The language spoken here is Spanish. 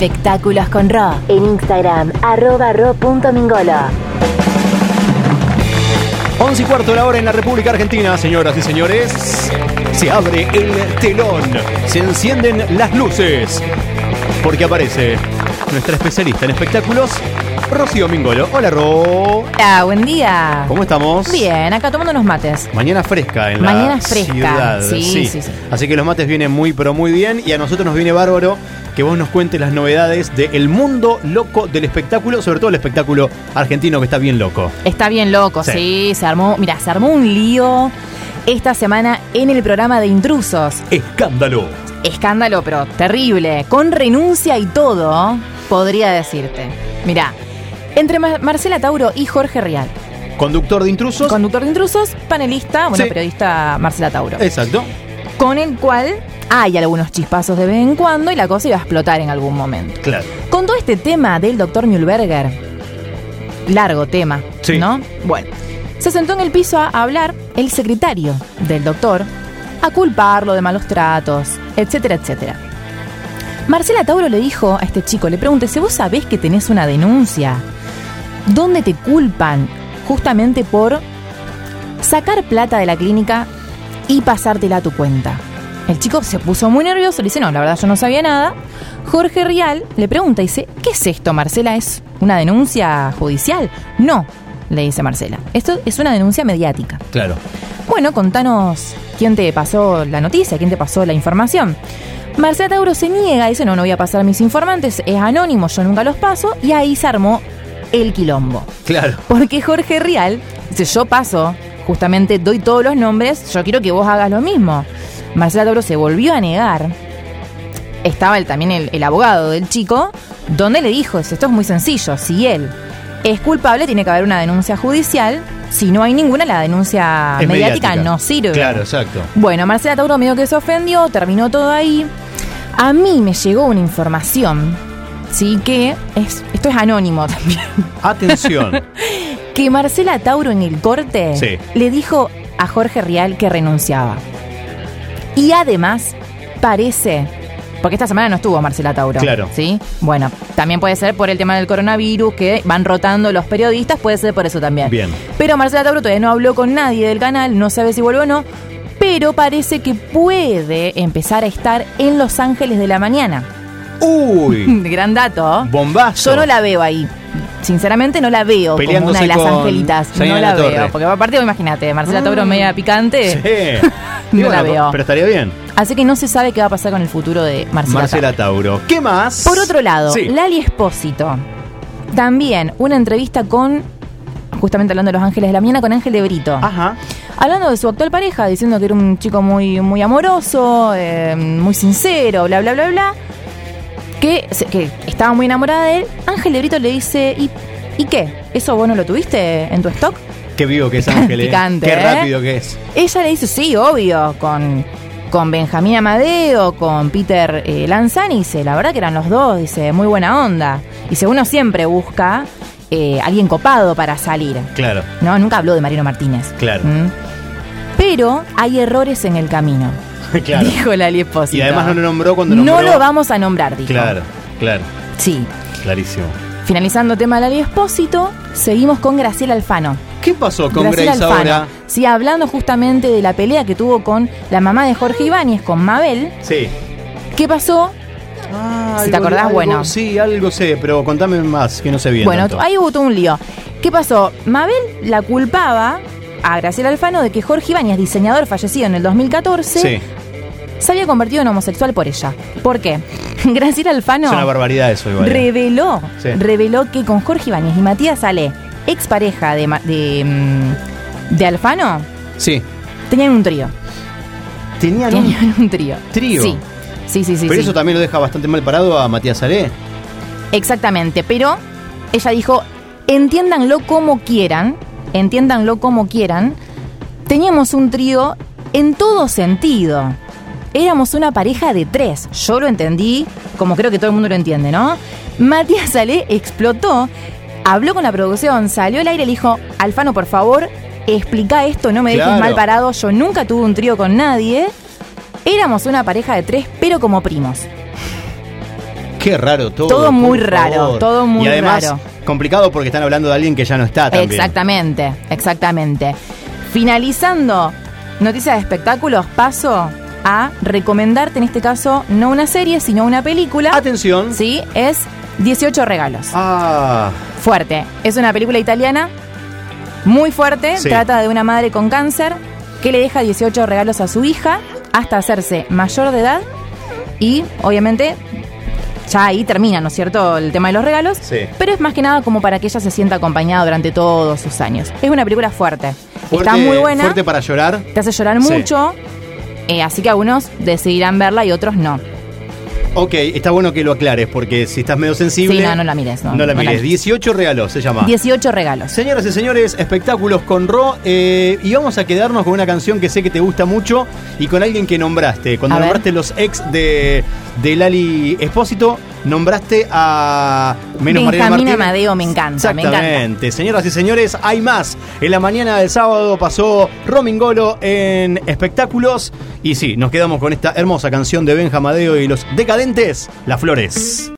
Espectáculos con Ro. En Instagram, arroba ro.mingolo. 11 y cuarto de la hora en la República Argentina, señoras y señores. Se abre el telón, se encienden las luces, porque aparece nuestra especialista en espectáculos, Rocío Mingolo. Hola, Ro. Hola, buen día. ¿Cómo estamos? Bien, acá tomando unos mates. Mañana fresca en la Mañana fresca, ciudad. sí, sí, sí. Así que los mates vienen muy, pero muy bien. Y a nosotros nos viene bárbaro que vos nos cuentes las novedades del mundo loco del espectáculo, sobre todo el espectáculo argentino que está bien loco. Está bien loco, Sí. sí. se armó, mira, se armó un lío esta semana en el programa de intrusos. Escándalo. Escándalo, pero terrible, con renuncia y todo, podría decirte. Mira, entre Ma- Marcela Tauro y Jorge Rial, Conductor de intrusos. conductor de intrusos, panelista, bueno, Sí. periodista Marcela Tauro, Exacto. con el cual hay algunos chispazos de vez en cuando y la cosa iba a explotar en algún momento. Claro. Con todo este tema del doctor Mühlberger, largo tema, Sí. ¿no? Bueno, se sentó en el piso a hablar el secretario del doctor, a culparlo de malos tratos, etcétera, etcétera. Marcela Tauro le dijo a este chico, le pregunté, si vos sabés que tenés una denuncia, ¿dónde te culpan justamente por sacar plata de la clínica y pasártela a tu cuenta? El chico se puso muy nervioso, le dice, no, la verdad yo no sabía nada. Jorge Rial le pregunta, dice, ¿qué es esto, Marcela? ¿Es una denuncia judicial? No, le dice Marcela, esto es una denuncia mediática. Claro. Bueno, contanos quién te pasó la noticia, quién te pasó la información. Marcela Tauro se niega, dice, no, no voy a pasar a mis informantes, es anónimo, yo nunca los paso, y ahí se armó el quilombo. Claro. Porque Jorge Rial, dice, yo paso, justamente doy todos los nombres, yo quiero que vos hagas lo mismo. Marcela Tauro se volvió a negar. Estaba el- también el, el abogado del chico, donde le dijo, dice, esto es muy sencillo, si él es culpable tiene que haber una denuncia judicial, si no hay ninguna la denuncia Es mediática, no sirve. Claro, exacto. Bueno, Marcela Tauro medio que se ofendió, terminó todo ahí. A mí me llegó una información, sí que es, esto es anónimo también Atención. que Marcela Tauro en el corte Sí. le dijo a Jorge Rial que renunciaba. Y además, parece. Porque esta semana no estuvo Marcela Tauro. Claro. ¿Sí? Bueno, también puede ser por el tema del coronavirus, que van rotando los periodistas, puede ser por eso también. Bien. Pero Marcela Tauro todavía no habló con nadie del canal, no sabe si vuelve o no, pero parece que puede empezar a estar en Los Ángeles de la Mañana. Uy. Gran dato. ¿eh? Bombazo. Yo no la veo ahí. Sinceramente no la veo como una Peleándose de las con angelitas. Yanina no la Latorre. veo. Porque aparte, imagínate, Marcela Tauro media picante. Mm. Sí. E. No Y la veo. Pero estaría bien. Así que no se sabe qué va a pasar con el futuro de Marcela, Marcela Tauro. Tauro. ¿Qué más? Por otro lado, Sí. Lali Espósito. También una entrevista con, justamente hablando de Los Ángeles de la Mañana, con Ángel de Brito. Ajá. Hablando de su actual pareja, diciendo que era un chico muy, muy amoroso, eh, muy sincero, bla, bla, bla, bla. Que, se- que estaba muy enamorada de él. Ángel de Brito le dice, ¿y, ¿y qué? ¿Eso vos no lo tuviste en tu stock? Qué vivo que es Ángel. ¿eh? Picante, Qué ¿eh? rápido que es. Ella le dice, sí, obvio, con, con Benjamín Amadeo, con Peter eh, Lanzani. Dice, la verdad que eran los dos, dice, muy buena onda. Dice, uno siempre busca eh, alguien copado para salir. Claro. No, nunca habló de Marino Martínez. Claro. ¿Mm? Pero hay errores en el camino, claro. dijo Lali Espósito. Y además no lo nombró cuando Mm. No nombró. lo vamos a nombrar, dijo. Claro, claro. Sí. Clarísimo. Finalizando tema Lali Espósito, seguimos con Graciela Alfano. ¿Qué pasó con Graciela Grace Alfano. ahora? Sí, hablando justamente de la pelea que tuvo con la mamá de Jorge Ibáñez, con Mabel. Sí. ¿Qué pasó? Ah, Si te algo- acordás, algo- bueno. Sí, algo sé, pero contame más, que no sé bien. Bueno, tanto. ahí hubo todo un lío. ¿Qué pasó? Mabel la culpaba a Graciela Alfano de que Jorge Ibáñez, diseñador fallecido en el 2014, Sí, se había convertido en homosexual por ella. ¿Por qué? Graciela Alfano es una barbaridad eso, igual. ¿eh? reveló, Sí. reveló que con Jorge Ibáñez y Matías Ale, expareja de, Ma- de, mm, de Alfano, Sí. tenían un trío. Tenían un- Tenían un trío. Trío. Sí, sí, sí. sí, Pero sí. eso también lo deja bastante mal parado a Matías Aré. Exactamente, pero ella dijo, entiéndanlo como quieran, entiéndanlo como quieran, teníamos un trío en todo sentido. Éramos una pareja de tres, yo lo entendí, como creo que todo el mundo lo entiende, ¿no? Matías Ale explotó, habló con la producción, salió al aire y le dijo, Alfano, por favor, explica esto, no me Claro. dejes mal parado, yo nunca tuve un trío con nadie. Éramos una pareja de tres, pero como primos. Qué raro todo. Todo por muy raro, favor. todo muy Y además, raro. complicado porque están hablando de alguien que ya no está también. Exactamente, exactamente. Finalizando noticias de espectáculos, paso a recomendarte en este caso no una serie, sino una película. Atención. Sí, es 18 regalos. Ah, Fuerte. Es una película italiana muy fuerte. Sí. Trata de una madre con cáncer que le deja 18 regalos a su hija hasta hacerse mayor de edad y obviamente ya ahí termina, ¿no es cierto?, el tema de los regalos. Sí. Pero es más que nada como para que ella se sienta acompañada durante todos sus años. Es una película fuerte. fuerte- Está muy buena. Fuerte para llorar. Te hace llorar Sí. mucho. eh, así que algunos decidirán verla y otros no. Ok, está bueno que lo aclares porque si estás medio sensible. Sí, no, no la mires, no, No no la la mires. mires. 18 regalos se llama. 18 regalos. Señoras y señores, espectáculos con Ro. eh, y vamos a quedarnos con una canción que sé que te gusta mucho y con alguien que nombraste. Cuando A ver. nombraste los ex de, de Lali Espósito, nombraste a Menos Mariana Benjamín Martín. Amadeo, me encanta, me encanta. Exactamente. Señoras y señores, hay más. En la mañana del sábado pasó Romingolo en espectáculos. Y sí, nos quedamos con esta hermosa canción de Benjamadeo y los decadentes, Las Flores.